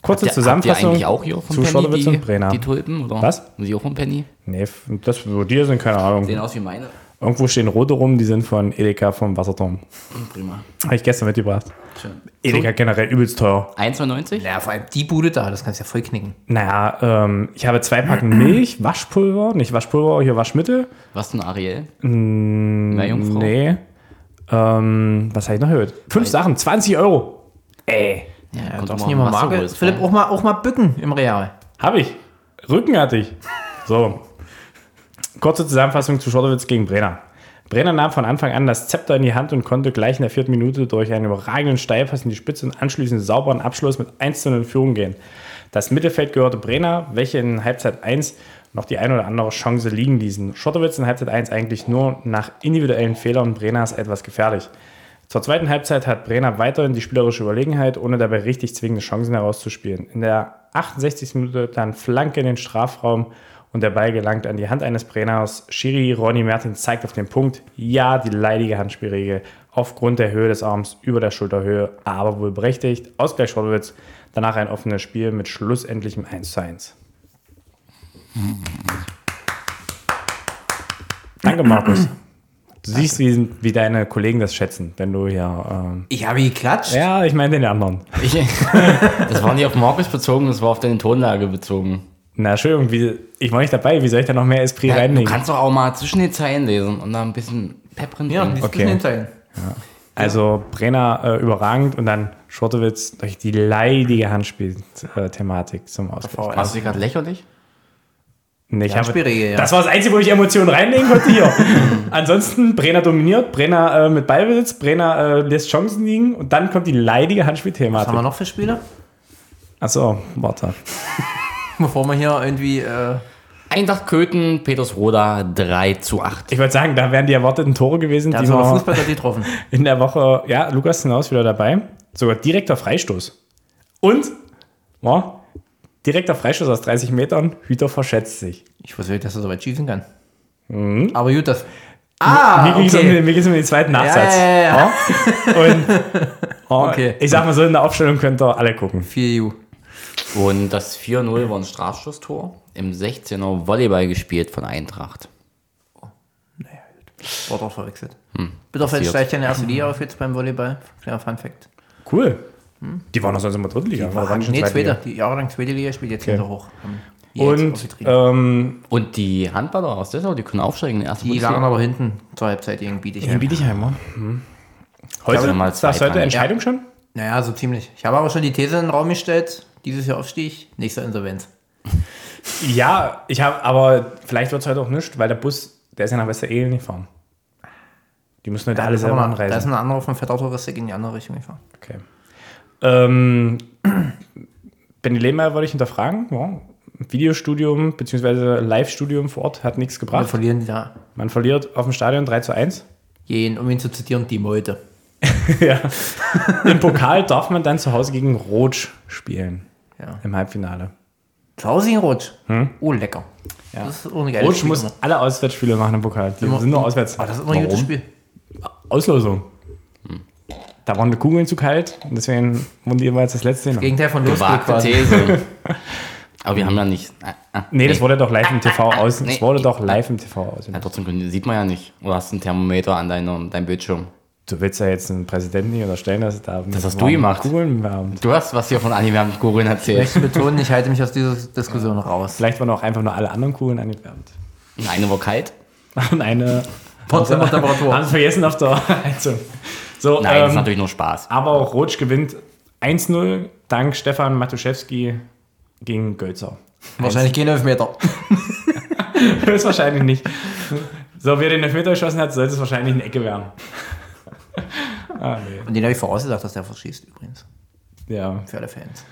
B: Kurze
A: Habt ihr
B: Zusammenfassung.
A: eigentlich auch hier
B: zu
A: von Penny
B: Schordowitz
A: die,
B: und Brenner.
A: die Tulpen? Oder?
B: Was?
A: Haben Sie auch von Penny?
B: nee, f- das, wo die sind, keine Ahnung.
A: Sehen aus wie meine.
B: Irgendwo stehen rote rum, die sind von Edeka vom Wasserturm.
A: Prima.
B: Habe ich gestern mitgebracht.
A: Schön.
B: Edeka generell übelst teuer.
A: 1,92?
C: Ja, vor allem die Bude da, das kannst du ja voll knicken.
B: Naja, ähm, ich habe zwei Packen Milch, Waschpulver, nicht Waschpulver, hier Waschmittel.
A: Was denn, Ariel? Na, Jungfrau.
B: Mm, Nee. Ähm, was habe ich noch gehört? Fünf Sachen, 20 Euro. Ey,
A: Ja,
C: Ja,
A: kommt
C: darfst
A: doch
C: nicht
A: mal
C: mal
A: was
C: Marke-
A: Sowohl,
C: Philipp,
A: Frau.
C: auch mal, auch mal bücken im Real.
B: Habe ich. Rücken hatte ich. So. Kurze Zusammenfassung zu Schordowitz gegen Brenner. Brenner nahm von Anfang an das Zepter in die Hand und konnte gleich in der vierten Minute durch einen überragenden Steilpass in die Spitze und anschließend sauberen Abschluss mit 1 zu 0 in Führung gehen. Das Mittelfeld gehörte Brenner, welche in Halbzeit 1 noch die ein oder andere Chance liegen ließen. Schottowitz in Halbzeit 1 eigentlich nur nach individuellen Fehlern Brenners etwas gefährlich. Zur zweiten Halbzeit hat Brenner weiterhin die spielerische Überlegenheit, ohne dabei richtig zwingende Chancen herauszuspielen. In der 68. Minute dann Flanke in den Strafraum und der Ball gelangt an die Hand eines Brenners. Schiri Ronny Mertens zeigt auf den Punkt, ja, die leidige Handspielregel aufgrund der Höhe des Arms über der Schulterhöhe, aber wohl berechtigt. Ausgleich Schottowitz, danach ein offenes Spiel mit schlussendlichem 1 zu 1. Danke, Markus. Du siehst, wie, wie deine Kollegen das schätzen, wenn du hier. Ähm,
C: Ich habe geklatscht.
B: ja, ich meine den anderen.
A: Ich, das war nicht auf Markus bezogen, das war auf deine Tonlage bezogen.
B: Na, Entschuldigung, wie, ich war nicht dabei. Wie soll ich da noch mehr Esprit
A: du
B: reinlegen?
A: kannst doch auch mal zwischen den Zeilen lesen und da ein bisschen Pep drin.
C: Ja,
A: bringen.
C: die
B: Okay.
C: okay. Zeilen.
B: Also Brenner äh, überragend und dann Schurtewitz durch die leidige Handspiel-Thematik zum Ausgleich.
A: Warst du gerade lächerlich?
B: Nee, ich
C: Handspielregel, ja.
B: Das war das Einzige, wo ich Emotionen reinlegen konnte hier. Ansonsten Brenner dominiert, Brenner äh, mit Ballbesitz, Brenner äh, lässt Chancen liegen und dann kommt die leidige
C: Was haben wir
B: Handspielthematik.
C: noch für Spiele?
B: Achso, warte.
C: Bevor wir hier irgendwie. Äh,
A: Eintracht Köthen, Petersroda 3 zu 8.
B: Ich wollte sagen, da wären die erwarteten Tore gewesen,
C: da
B: die
C: hat sogar
B: wir
C: Fußball getroffen.
B: in der Woche, ja, Lukas hinaus wieder dabei. Sogar direkter Freistoß. Und, ja, direkter Freistoß aus 30 Metern, Hüter verschätzt sich.
C: Ich wusste nicht, dass er so weit schießen kann. Aber gut, das.
B: mir
C: Ah,
B: ging es um,
C: okay.
B: den- mir ging's um den zweiten Nachsatz.
C: ja, ja.
B: Ja? Und oh,
C: Okay.
B: ich sag mal so, in der Aufstellung könnt ihr alle gucken.
C: 4 EU.
A: Und das 4-0 war ein Strafschusstor im 16er Volleyball gespielt von Eintracht.
C: War doch verwechselt. Bitterfeld
A: passiert.
C: steigt ja in der ersten Liga auf jetzt beim Volleyball. Kleiner Fun Fact.
B: Cool. Die waren doch sonst immer Drittliga. aber waren schon
C: Hm. nee,
B: Zweitliga.
C: zweite. Die jahrelang zweite Liga spielt jetzt wieder hoch. Haben die jetzt
B: Und
C: aufgetrieben.
B: ähm,
A: Und die Handballer aus Dessau, die können aufsteigen in der ersten
C: die lagen aber hinten zur Halbzeit gegen Bietigheim.
B: in Biedigheimer. Heute,
A: wir mal
B: ist das
A: zweitrangig.
B: heute Entscheidung schon?
C: Naja, so ziemlich. Ich habe aber schon die These in den Raum gestellt. Dieses Jahr Aufstieg, nächster Insolvenz.
B: Ja, ich habe, aber vielleicht wird es heute auch nicht, weil der Bus, der ist ja nach Westerelen gefahren. Die müssen heute alle
C: Das ist
B: selber
C: aber noch- Da ist
B: anreisen.
C: ein anderer von Fettautoristik in die andere Richtung gefahren.
B: Okay. Ähm, Benny Lehmeyer wollte ich hinterfragen. Ja. Videostudium bzw. Live-Studium vor Ort hat nichts
C: Wir
B: gebracht.
C: verlieren da
B: Man verliert auf dem Stadion 3 zu 1.
C: jeden, um ihn zu zitieren, die Meute.
B: ja. Im Pokal darf man dann zu Hause gegen Rotsch spielen.
C: Ja.
B: Im Halbfinale.
C: Klausingrutsch. Oh, lecker. Das ist auch eine geile
B: Rotsch muss alle Auswärtsspiele machen im Pokal. Die sind nur auswärts.
C: Aber Oh, das ist immer ein gutes Spiel.
B: Auslosung.
A: Hm.
B: Da waren die Kugeln zu kalt und deswegen wurden die jeweils das letzte. Hin.
C: Gegenteil von Losglück
A: Gewagte
C: quasi.
A: These. aber wir haben ja nicht. Ah, ah,
B: Nee, das wurde doch live im TV aus. Das
A: Nee.
B: wurde doch live im TV aus.
A: Ja, trotzdem können- sieht man ja nicht. Oder hast du einen Thermometer an deinem, deinem Bildschirm?
B: Du willst ja jetzt einen Präsidenten nicht unterstellen, dass da das
A: hast du gemacht.
B: Kugeln waren.
A: Du hast was hier von Anime Google
C: Ich
A: erzählt.
C: möchte betonen, ich halte mich aus dieser Diskussion raus.
B: Vielleicht waren auch einfach nur alle anderen Kugeln angewärmt.
A: Und Eine war kalt.
B: Und eine
C: Temperatur.
B: haben sie vergessen auf der Heizung. So,
A: Nein, das ist
B: ähm,
A: natürlich nur Spaß.
B: Aber auch Rutsch gewinnt 1-0 dank Stefan Matuszewski gegen Gölzer.
C: Wahrscheinlich gehen Elfmeter.
B: Höchstwahrscheinlich nicht. So, wer den Elfmeter geschossen hat, sollte es wahrscheinlich eine Ecke werden. ah, nee.
C: Und den habe ich vorausgesagt, dass der verschießt übrigens.
B: Ja,
C: Für alle Fans.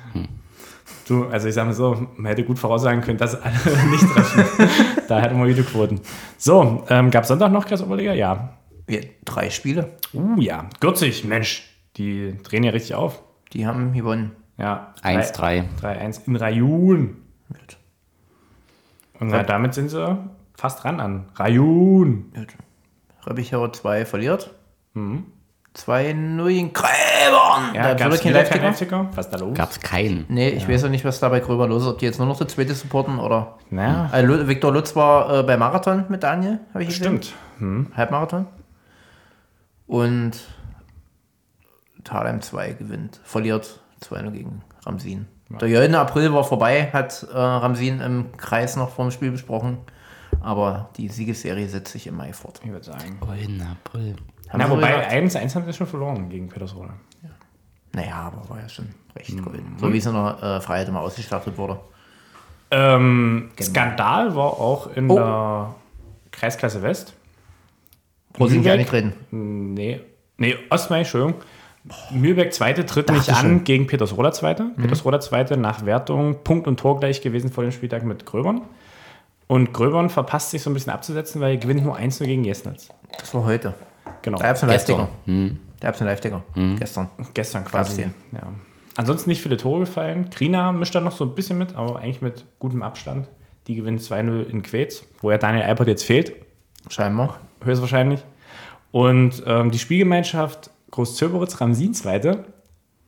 B: du, also ich sag mal so, man hätte gut voraussagen können, dass alle nicht treffen. da hätten wir gute Quoten. So, ähm, gab Sonntag noch Kreisoberliga? Ja.
C: Ja, drei Spiele.
B: Uh, ja. Gürzig, Mensch. Die drehen ja richtig auf.
C: Die haben gewonnen.
B: Ja.
A: 1-3.
B: 3-1 in Rayun. Und na, damit sind sie fast ran an. Rayun.
C: Röbichau 2 verliert. Mhm. 2-0 in Gräbern.
B: Ja,
C: da
B: gab's
C: hat kein
B: wieder
C: live
B: keinen
C: -Ticker.
B: Live-Ticker? Was ist da los?
A: Gab es keinen.
C: Nee, ich weiß ja nicht, was da bei Gröber los ist. Ob die jetzt nur noch der zweite supporten oder.
B: Na,
C: Also, Lu- Viktor Lutz war äh, bei Marathon mit Daniel, habe ich gesehen.
B: stimmt.
C: Halbmarathon. Und Thalheim 2 gewinnt. Verliert 2-0 gegen Ramsin. Der goldene April war vorbei, hat äh, Ramsin im Kreis noch vor dem Spiel besprochen. Aber die Siegesserie setzt sich im Mai fort.
B: Ich würde sagen.
A: Golden April.
C: Haben
B: Na,
C: sie wohl
B: wobei,
C: gesagt.
B: 1 1 haben wir schon verloren gegen Petersroda.
C: Naja, aber war ja schon recht golden. So wie es in der äh, Freiheit immer ausgestattet wurde.
B: Ähm, Skandal war auch in
C: Oh.
B: der Kreisklasse West.
C: Muss ich nicht
B: Rosenberg?
C: reden.
B: Nee, nee Ostmai, Entschuldigung. Mühlberg zweite tritt
A: Dachte
B: nicht an
A: schon.
B: gegen Petersroda zweite. Petersroda zweite nach Wertung Punkt und Tor gleich gewesen vor dem Spieltag mit Gröbern. Und Gröbern verpasst sich so ein bisschen abzusetzen, weil er gewinnt nur 1-0 gegen Jesnitz.
C: Das war heute.
B: Genau.
C: Da gab es einen
A: Gestern.
C: Live-Ticker. Da gab es einen Live-Ticker. Gestern.
B: Gestern
C: Gab's
B: quasi.
C: den.
B: Ja. Ansonsten nicht viele Tore gefallen. Krina mischt da noch so ein bisschen mit, aber eigentlich mit gutem Abstand. Die gewinnen 2-0 in Quetz, wo ja Daniel Albert jetzt fehlt,
C: Scheinbar.
B: höchstwahrscheinlich. Und ähm, die Spielgemeinschaft Groß-Zöberitz, Ramsin zweite,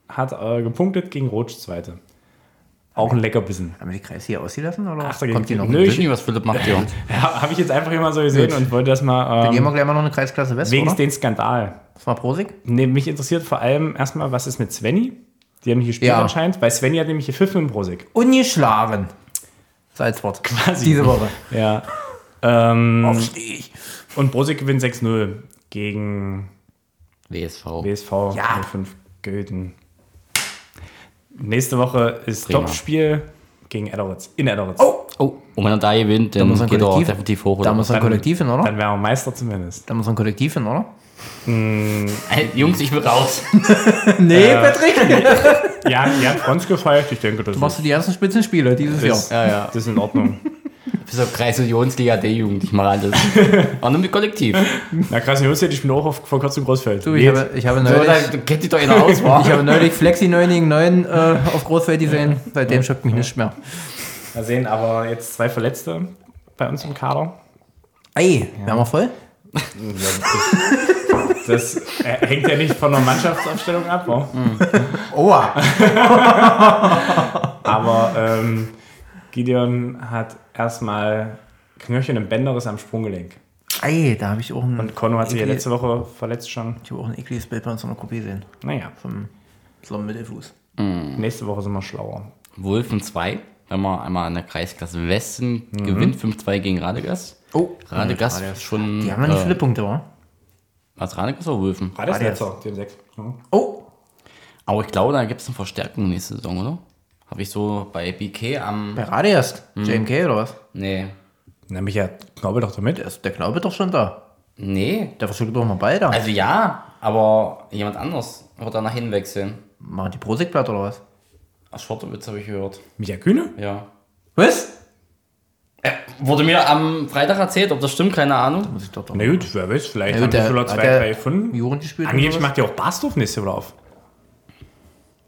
B: hat äh, gepunktet gegen Rotsch zweite. Auch ein Leckerbissen.
C: Haben wir die Kreis hier ausgelassen? Oder
B: Ach, da
C: kommt die
B: geht's
C: noch?
B: nicht.
A: Ich weiß nicht, was Philipp macht hier.
B: Ja, Habe ich jetzt einfach immer so gesehen und wollte das mal
C: Gehen wir
B: ähm,
C: gleich mal noch eine Kreisklasse West,
B: wegen
C: oder?
B: den Skandal.
C: Das war Prosig?
B: Nee, mich interessiert vor allem erstmal, was ist mit Svenny? Die haben nicht gespielt
C: Ja.
B: anscheinend, weil Svenny hat nämlich gepfiffen im Prosig.
C: Ungeschlagen. Salzwort.
B: Quasi.
C: Diese Woche.
B: Ja. Ähm,
C: Aufstehe ich.
B: und Brosig gewinnt 6-0 gegen
A: WSV.
B: BSV
C: Ja.
B: 05 Göden. Nächste Woche ist
A: Prima.
B: Topspiel gegen Edderitz. In Edderitz.
C: Oh,
A: Oh, und wenn er da gewinnt, dann
C: muss er
A: geht er auch
C: kollektiv-
A: definitiv hoch.
C: da muss
A: was?
C: ein Kollektiv hin, oder?
B: Dann wären wir Meister zumindest.
C: Da muss ein Kollektiv hin, oder?
A: Ey, Jungs, ich will raus.
C: Nee, Patrick.
B: Ja, ihr habt Franz gefeiert. Ich denke, das
C: Machst
B: ist,
C: du die ersten Spitzenspiele dieses Jahr?
B: ist,
A: Ja, ja.
B: das ist in Ordnung.
A: Bis auf Kreis Unionsliga D-Jugend, ich mache alles. Und nimm die Kollektiv.
B: Na krass, die Hüste, die spielen auch auf, vor kurzem Großfeld.
C: Du, ich
B: Jetzt-
C: habe, ich habe
A: So, da
C: neulich, Genau,
A: kennt die doch jeder aus, wa?
C: ich habe neulich Flexi 9 gegen 9 äh, auf Großfeld gesehen. Seitdem schockt mich nichts mehr.
B: Mal sehen, aber jetzt zwei Verletzte bei uns im Kader.
C: Ey, wir haben wir voll?
B: Das äh, hängt ja nicht von der Mannschaftsaufstellung ab. oh. wa?
C: Oha.
B: Aber ähm, Gideon hat erstmal Knöchel und Bänderriss am Sprunggelenk.
C: Ey, da habe ich auch ein,
B: Und Conno hat sich ja
C: Irgendwie-
B: letzte Woche verletzt schon.
C: ich habe auch ein ekliges Bild bei uns in der Gruppe gesehen.
B: Naja,
C: Vom, vom Mittelfuß.
B: nächste Woche sind wir schlauer.
A: Wulfen 2, wenn man einmal an der Kreisklasse Westen
C: Mhm.
A: gewinnt, 5-2 gegen Radegast.
C: Oh,
A: Radegast schon. äh,
C: Die haben noch nicht viele Punkte, oder?
A: Was Radegast oder Wulfen?
B: War das
C: War das?
B: letzter, dem 6. Ja.
C: Oh,
A: Aber ich glaube, da gibt es eine Verstärkung nächste Saison, oder? Habe ich so bei BK am.
C: bei Radiast. JMK oder was?
A: Nee.
B: Na, Micha, glaube doch damit.
C: Der, ist, der Knaube doch schon da.
A: Nee.
C: Der versucht doch mal beide. da.
A: Also ja, aber jemand anders wird danach hinwechseln.
C: Machen die Prosig platt oder was?
A: Aus Schwartewitz habe ich gehört.
B: Micha Kühne?
A: Ja.
C: Was?
A: Wurde mir am Freitag erzählt, ob das stimmt, keine Ahnung.
C: Muss ich doch doch.
B: Na gut, wer weiß, vielleicht
C: Ja,
B: haben
C: gut,
B: wir
C: der-
B: schon
C: hat
B: zwei,
C: der
B: drei gefunden.
C: Jugend gespielt.
B: Angeblich
C: oder was?
B: macht ja auch Bastorf nächste Woche auf.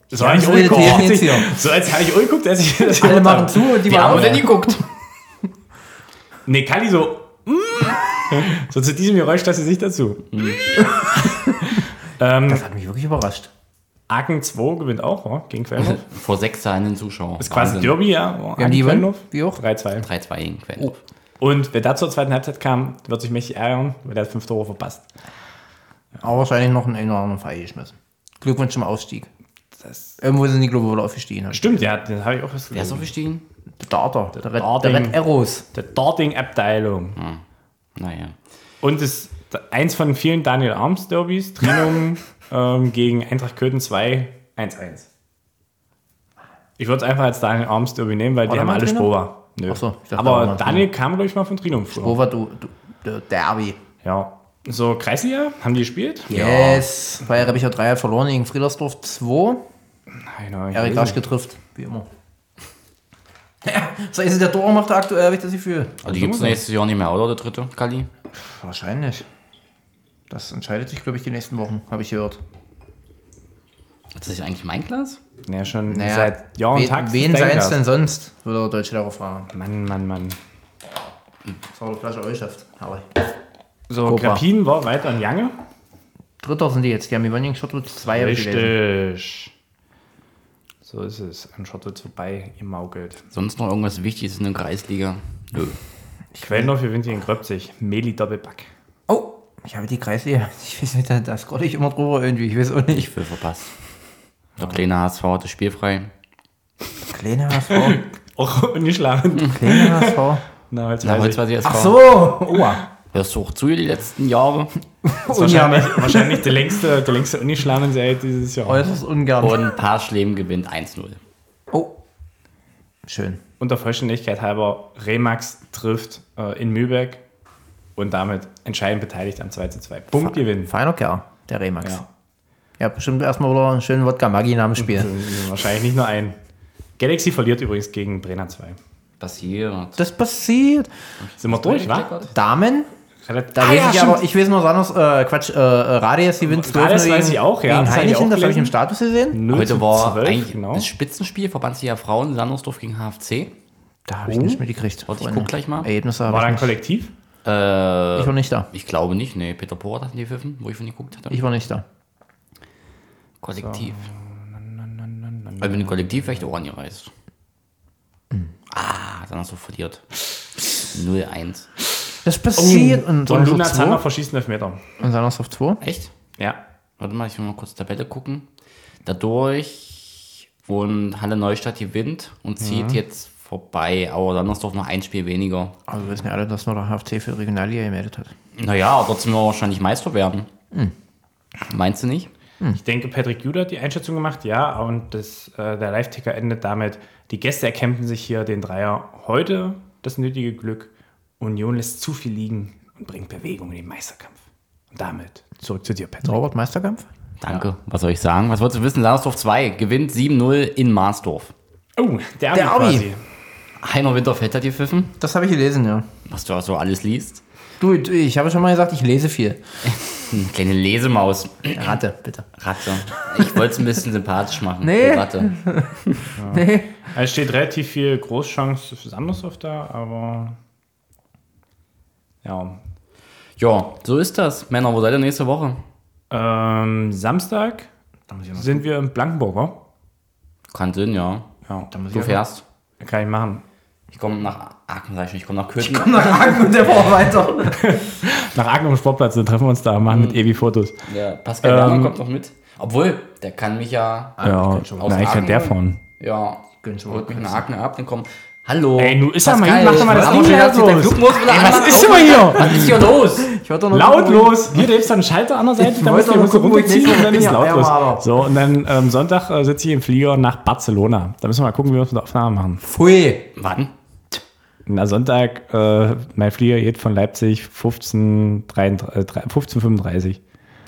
B: So
C: Ja,
B: habe ich
C: das redet ihr
B: Ulrich
C: jetzt hier.
B: geguckt. So als habe ich Ulrich geguckt, als ich das
C: Alle
B: gehört
C: machen
B: habe.
C: zu und die
A: Die haben
C: machen
A: wir denn
C: auf.
A: nie geguckt.
B: Nee, Kali so. mm. so zu diesem Geräusch, dass sie sich dazu. ähm,
C: Das hat mich wirklich überrascht.
B: Aachen 2 gewinnt auch, wa? gegen Quellenhof.
A: Vor sechs Jahren den Zuschauer.
B: Ist quasi Derby, ja. Oh,
C: haben die gewonnen?
B: Wie auch? 3-2.
A: 3-2 gegen
C: Oh.
A: Quellendorf.
B: Und wer da zur zweiten Halbzeit kam, wird sich mächtig ärgern, weil der hat fünf Tore verpasst.
C: Aber wahrscheinlich noch einen enormen Pfeil geschmissen. Glückwunsch zum Ausstieg. Irgendwo sind die, glaube ich, wohl aufgestiegen.
B: Stimmt, ja, den habe ich auch was
A: Wer ist
B: gelesen.
A: aufgestiegen?
C: Der Darter, der, Red,
B: Darting.
C: der Red Arrows.
B: Der Darting-Abteilung.
A: Naja.
B: Und das, eins von vielen Daniel Arms Derbys, Trinum ähm, gegen Eintracht Köthen 2, 1-1. Ich würde es einfach als Daniel Arms Derby nehmen, weil die
C: da
B: haben
C: mal
B: alle
C: Trinum?
B: Sproba. Nö.
C: Ach so, ich dachte, da war
B: Aber
C: mal
B: Daniel kam, glaube ich, mal von Trinum früher.
C: Over du, du, der Derby.
B: Ja. So, Kreisliga, haben die gespielt?
C: Yes. Weil habe ich ja 3 verloren gegen Friedersdorf 2.
B: Nein,
C: Erik Rasch getrifft, wie immer. Ja, so ist der Tor macht aktuell, habe ich das Gefühl.
A: Also die gibt es nächstes Jahr nicht mehr, oder? Der dritte, Kali?
C: Wahrscheinlich. Das entscheidet sich, glaube ich, die nächsten Wochen, habe ich gehört.
A: Ist das eigentlich mein Glas?
B: Ja, schon seit Jahr und
C: wen,
B: Tag. ist
C: Wen
B: dein
C: sei es
B: Gast.
C: denn sonst, würde der Deutsche darauf fragen.
B: Mann, Mann, Mann.
C: Das war eine Flasche Eulschaft. Aber
B: So,
C: Europa.
B: Grappin war weiter in Jange.
C: Dritter sind die jetzt. Die haben gewonnen gegen Schottland 2 gewesen.
B: Richtig. So ist es. An Schottwitz vorbei, ihr Maugelt.
A: Sonst noch irgendwas Wichtiges in der Kreisliga? Nö.
B: Quellendorf gewinnt hier in Gröpzig. Meli Doppelback.
C: Oh, ich habe die Kreisliga. Ich weiß nicht, da, da scroll ich immer drüber irgendwie. Ich weiß auch nicht.
A: Ich will verpasst. Der kleine HSV hatte spielfrei.
C: Kleine HSV.
B: Auch ungeschlagen.
C: Kleine HSV.
B: Na, halt jetzt
A: Na,
B: weiß
A: jetzt
B: ich.
A: weiß ich erst
C: Ach so. Oha.
A: Hörst du auch zu die letzten Jahre?
B: Das ist wahrscheinlich, wahrscheinlich der längste, der längste ungeschlagenen Serie dieses Jahr.
C: Äußerst ungern.
A: Und Paarschleben gewinnt 1-0.
C: Oh. Schön.
B: Und der Vollständigkeit halber, Remax trifft äh, in Mühlberg und damit entscheidend beteiligt am 2 zu 2. Punktgewinn.
C: Feiner Kerl, der Remax.
B: Ja.
C: Ja, bestimmt erstmal wieder einen schönen Wodka Maggi nach dem Spiel.
B: Also, Wahrscheinlich nicht nur ein. Galaxy verliert übrigens gegen Brenner 2.
A: Passiert.
C: Das passiert.
B: Sind wir durch, wa?
C: Damen,
B: Relativ-
C: da
B: Ah,
C: weiß
B: ja,
C: ich
B: stimmt.
C: aber, ich weiß noch was anderes, äh, Quatsch, äh, äh, Radius gewinnt 12
B: Radius
C: gegen-
B: weiß ich auch, ja.
C: Gegen
B: Das hab ich
C: Heinichen,
B: auch
C: das habe ich
B: gelesen.
C: im Status gesehen.
B: 0
A: Heute
B: zu
A: war
B: 12,
A: eigentlich
B: genau.
A: das Spitzenspiel Verbandsliga Frauen Sandersdorf gegen HFC.
C: Da habe ich
B: Oh.
C: nicht mitgekriegt.
A: Warte, ich
C: Freunde.
A: guck gleich mal.
C: Ergebnisse habe
B: War
C: ich
B: da ein
C: nicht.
B: Kollektiv?
A: Äh,
C: Ich war nicht da.
A: ich glaube nicht, nee. Peter Porat hat ihn gepfiffen, wo ich von ihm geguckt hatte.
C: Ich war nicht da.
A: Kollektiv. Ich bin Kollektiv vielleicht auch angereist. Ah, dann hast du verliert. 0-1.
C: Das passiert. und
B: Oh. Und Luna
C: Sandersoft 2.
B: Zander verschießt einen Elfmeter.
C: Und Sandersoft 2.
A: Echt?
B: Ja.
A: Warte mal, ich will mal kurz Tabelle gucken. Dadurch und Halle Neustadt gewinnt und zieht jetzt vorbei. Aber dann hast du doch noch ein Spiel weniger.
C: Aber Also, wir wissen ja alle, dass nur der HFC für Regionalliga gemeldet hat.
A: Naja, aber trotzdem werden wir wahrscheinlich Meister werden. Meinst du nicht?
B: Ich denke, Patrick Jude hat die Einschätzung gemacht, ja, und das, äh, der Live-Ticker endet damit. Die Gäste erkämpfen sich hier den Dreier heute das nötige Glück. Union lässt zu viel liegen und bringt Bewegung in den Meisterkampf. Und damit zurück zu dir, Patrick.
C: Robert Meisterkampf?
A: Danke. Was soll ich sagen? Was wolltest du wissen? Sandersdorf 2 gewinnt 7-0 in Marsdorf.
B: Oh, der Abi.
C: Der Abi.
B: Quasi.
A: Heiner Winterfeld hat gepfiffen,
C: Das habe ich gelesen, ja.
A: was du so alles liest.
C: Du, du, ich habe schon mal gesagt, ich lese viel.
A: Eine Hm. kleine Lesemaus.
C: Ratte, bitte.
A: Ratte. Ich wollte es ein bisschen sympathisch machen.
C: Nee.
A: die Ratte.
B: Also Es steht relativ viel Großchance für Sandersoft da, aber ja.
A: Ja, so ist das. Männer, wo seid ihr nächste Woche?
B: Ähm, Samstag sind wir in Blankenburger.
A: Kann Sinn, ja.
B: Ja, da muss
A: Du fährst.
B: Kann ich machen.
A: Ich komme nach Aachen, sag ich schon. Ich komme nach Köthen.
C: Und der braucht weiter.
B: Nach Aachen am Sportplatz, dann treffen wir uns da, machen mit Ewi Fotos.
A: Der Pascal
B: Ähm.
A: Werner kommt noch mit. Obwohl, der kann mich ja.
B: Ja,
A: aus
B: nein, Ah, ich kann
A: Aachen
B: der
A: holen.
B: fahren.
A: Ja,
C: Gönnt schon
A: holt
C: mal.
A: mich nach Aachen ab, dann komm. Hallo.
B: Ey, nun ist er mal
A: Pascal,
B: hin, mach doch mal
A: ich
B: das
A: wollte
B: Ding
A: auch
B: laut
A: schon wieder-
B: los.
A: Der Flug muss wieder
B: Ey,
A: anmachen.
B: was ist denn mal hier?
A: Was ist hier los?
C: Ich wollte noch
B: Lautlos! Hier, da ist dann ein Schalter an der Seite,
C: Ich
B: da musst du
C: wollte
B: die
C: noch
B: Hose
C: gucken, wo ich
B: runterziehen und
C: nächste
B: dann
C: Woche
B: ist
C: bin, ja, ja,
B: lautlos.
C: aber-
B: So, und dann ähm, Sonntag äh, sitze ich im Flieger nach Barcelona. Da müssen wir mal gucken, wie wir uns eine Aufnahme machen.
C: Pfui.
A: Wann?
B: Na, Sonntag, äh, mein Flieger geht von Leipzig 15.35 äh, 15.35.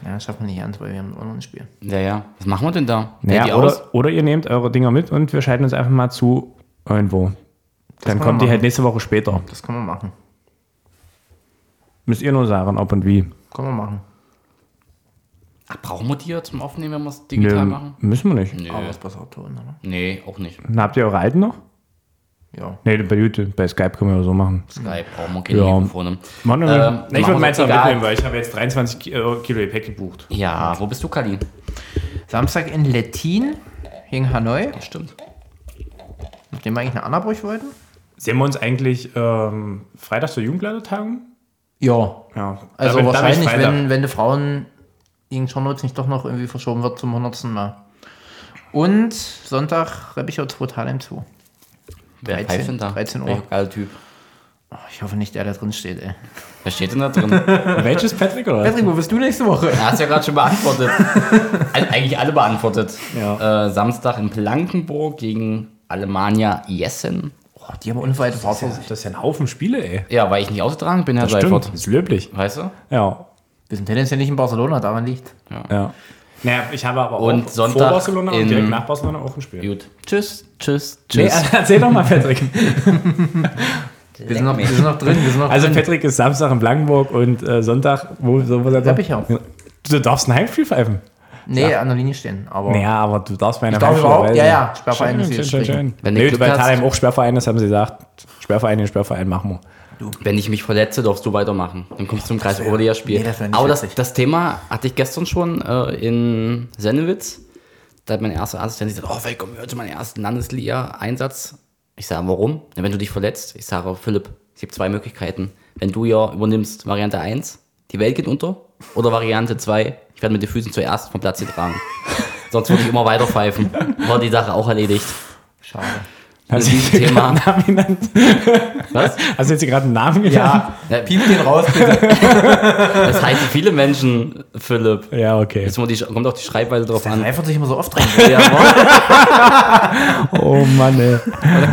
C: Ja, das schafft man nicht ernst, weil wir haben auch noch ein Spiel.
A: Ja, ja. Was machen wir denn da? Fällt die
B: Naja,
A: aus?
B: oder, oder ihr nehmt eure Dinger mit und wir schalten uns einfach mal zu irgendwo. Dann
C: man
B: kommt die
C: machen.
B: halt nächste Woche später.
C: Das kann man machen.
B: Müsst ihr nur sagen, ob und wie.
C: Kann man machen.
A: Ach, brauchen wir die ja zum Aufnehmen, wenn wir es
B: Nö,
A: digital machen?
B: müssen wir nicht.
A: Nö.
C: Aber das passt auch tun, oder?
A: Nee, auch nicht.
B: Na, habt ihr eure alten noch?
C: Ja.
B: Nee, bei YouTube, bei Skype können wir ja so machen.
A: Skype brauchen wir keine
B: Ja.
A: Mikrofone.
B: Mann,
A: Ähm,
B: ich würde
A: machen
B: meins
A: wir-
B: noch
A: egal.
B: mitnehmen, weil ich habe jetzt 23 Ki- äh, Kilo Gepäck gebucht.
A: Ja, wo bist du, Kali?
C: Samstag in Lettin gegen Hanoi,
A: Stimmt.
C: nachdem wir eigentlich nach Annabruch wollten.
B: Sehen wir uns eigentlich ähm, Freitag zur Jugendleitertagung?
C: Ja.
B: Ja. Da bin- da
C: Also
B: bin ich
C: wahrscheinlich,
B: Freitag.
C: wenn, wenn die Frauen gegen Schornowitz nicht doch noch irgendwie verschoben wird zum 100. Mal. Und Sonntag Reppichau 2 Thalheim 2.
A: Wer
C: 13
A: pfeift denn da?
C: 13 Uhr.
A: Welcher geile Typ.
C: Oh, ich hoffe nicht, der da drin steht, ey.
A: Wer steht denn da drin?
B: Welches Patrick oder? was?
C: Patrick, wo bist du nächste Woche?
A: Er hat es ja gerade schon beantwortet. Eig- Eigentlich alle beantwortet.
B: Ja.
A: Äh, Samstag in Blankenburg gegen Alemannia Jessen.
C: Oh, die haben unverheilte Wasser.
B: Das ist ja ein Haufen Spiele, ey.
A: Ja, weil ich nicht ausgetragen bin, Herr Seifert.
B: ist löblich.
A: Weißt du?
B: Ja.
C: Wir sind tendenziell nicht in Barcelona, daran liegt.
B: ja. Naja, ich habe aber
A: Und
B: auch vor
A: Sonntag
B: Barcelona und
A: in-
B: direkt nach Barcelona auch ein Spiel.
A: Gut. also, Tschüss, tschüss,
B: Nee,
A: tschüss.
B: erzähl doch mal, Patrick.
C: Wir sind noch, wir sind noch drin, wir sind noch
B: Also
C: drin.
B: Patrick ist Samstag in Blankenburg und äh, Sonntag, wo so was er sagt.
C: Reppichau.
B: Du darfst ein Heimspiel pfeifen.
C: Nee, an der Linie stehen, aber
B: Naja, aber du darfst bei einer
C: Ich darf
B: Heimspiel-
C: überhaupt-
B: weil-
C: ja, ja, Sperrverein
B: schön,
C: ist hier
B: schön, schön, schön.
C: gestrichen.
A: Wenn du
B: nee,
A: Glück
B: bei
A: hast-
B: Thalheim auch Sperrverein ist, haben sie gesagt, Sperrverein, den Sperrverein machen wir.
A: Wenn ich mich verletze, darfst du weitermachen. Dann kommst du zum Kreis Oberliga-Spiel.
C: nee, das wär nicht
A: Aber das,
C: witzig.
A: das Thema hatte ich gestern schon äh, in Sennewitz. Da hat mein erster Assistent gesagt, oh, willkommen heute zu meinem ersten Landesliga-Einsatz. Ich sage, warum? Na, wenn du dich verletzt. Ich sage, Philipp, es gibt zwei Möglichkeiten. Wenn du ja übernimmst, Variante 1, die Welt geht unter. Oder Variante 2, ich werde mit den Füßen zuerst vom Platz getragen. Sonst würde ich immer weiter pfeifen. War die Sache auch erledigt.
C: schade.
A: Mit
B: Hast du
A: diesem
B: jetzt
A: Thema.
B: gerade einen Namen genannt?
A: Was?
B: Hast du jetzt hier gerade einen Namen genannt?
C: Ja,
A: Ja,
C: piep den raus, bitte.
A: Das heißen viele Menschen, Philipp.
B: Ja, okay.
A: Jetzt muss die, kommt auch die Schreibweise drauf
C: Der
A: an.
C: Reif wird sich immer so oft rein.
A: Ja,
B: Oh Mann, ey.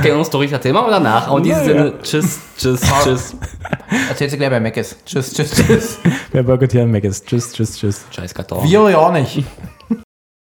A: keine Story, erzähl mal danach. Und in diesem
B: Na
A: Sinne,
B: ja.
A: tschüss, tschüss, tschüss.
C: Erzählst du gleich bei Meckes. Tschüss, tschüss, tschüss.
B: Wer boykottieren mag ist. Tschüss, tschüss, tschüss.
A: Scheiß Karton.
C: Wir ja auch nicht.